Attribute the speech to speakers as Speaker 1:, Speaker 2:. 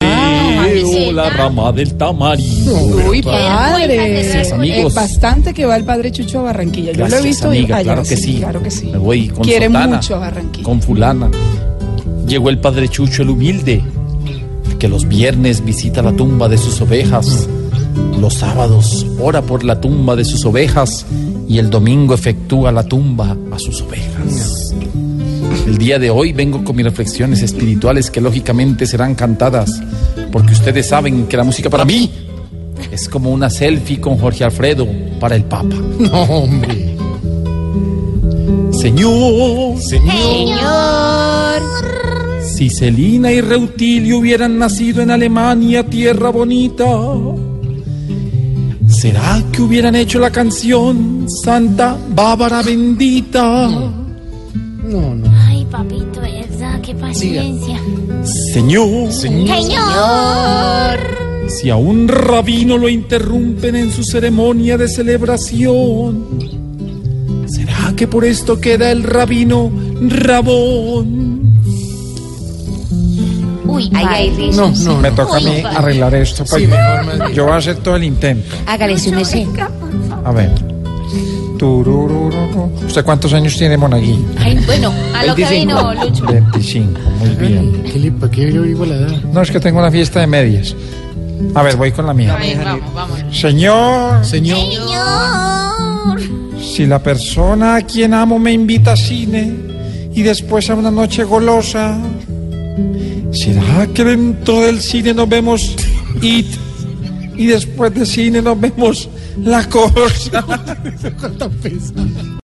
Speaker 1: Ah,
Speaker 2: Como la rama del tamarindo.
Speaker 3: Uy,
Speaker 1: padre.
Speaker 2: Gracias, amigos.
Speaker 1: Es bastante que va el padre Chucho a Barranquilla. Yo
Speaker 2: Gracias,
Speaker 1: lo he visto
Speaker 2: amiga,
Speaker 1: allá,
Speaker 2: claro que sí.
Speaker 1: Claro que sí.
Speaker 2: Me voy con
Speaker 1: Quiere
Speaker 2: sotana,
Speaker 1: mucho a Barranquilla.
Speaker 2: Con fulana. Llegó el padre Chucho el humilde, que los viernes visita la tumba de sus ovejas, los sábados ora por la tumba de sus ovejas y el domingo efectúa la tumba a sus ovejas. El día de hoy vengo con mis reflexiones espirituales que lógicamente serán cantadas, porque ustedes saben que la música para mí es como una selfie con Jorge Alfredo para el Papa.
Speaker 4: No, hombre.
Speaker 2: Señor,
Speaker 3: Señor.
Speaker 2: Si Celina y Reutilio hubieran nacido en Alemania, tierra bonita, ¿será que hubieran hecho la canción Santa Bárbara Bendita?
Speaker 4: No, no.
Speaker 5: Ay, papito, Elsa, qué paciencia.
Speaker 2: Señor,
Speaker 5: Señor.
Speaker 2: si a un rabino lo interrumpen en su ceremonia de celebración, ¿será que por esto queda el rabino Rabón?
Speaker 5: Uy,
Speaker 3: Ay, ay,
Speaker 5: padre.
Speaker 4: No, no.
Speaker 6: Me toca a mí
Speaker 5: Uy,
Speaker 6: arreglar esto. pues.
Speaker 4: Sí, mejor, más bien.
Speaker 6: yo voy a hacer todo el intento.
Speaker 3: Hágale su merced.
Speaker 6: A ver. Tururururu. ¿Usted cuántos años tiene, Monaguillo?
Speaker 5: Ay, bueno, a lo que
Speaker 6: 25.
Speaker 5: vino, Lucho.
Speaker 6: 25, muy bien.
Speaker 4: ¿Qué le, ¿Para qué le digo la edad?
Speaker 6: No, es que tengo una fiesta de medias. A ver, voy con la mía.
Speaker 5: vamos, vamos.
Speaker 6: Señor,
Speaker 4: Señor.
Speaker 5: Señor.
Speaker 6: si la persona a quien amo me invita a cine y después a una noche golosa, ¿será que dentro del cine nos vemos IT y después de cine nos vemos la cosa?
Speaker 4: Cuánta pesa.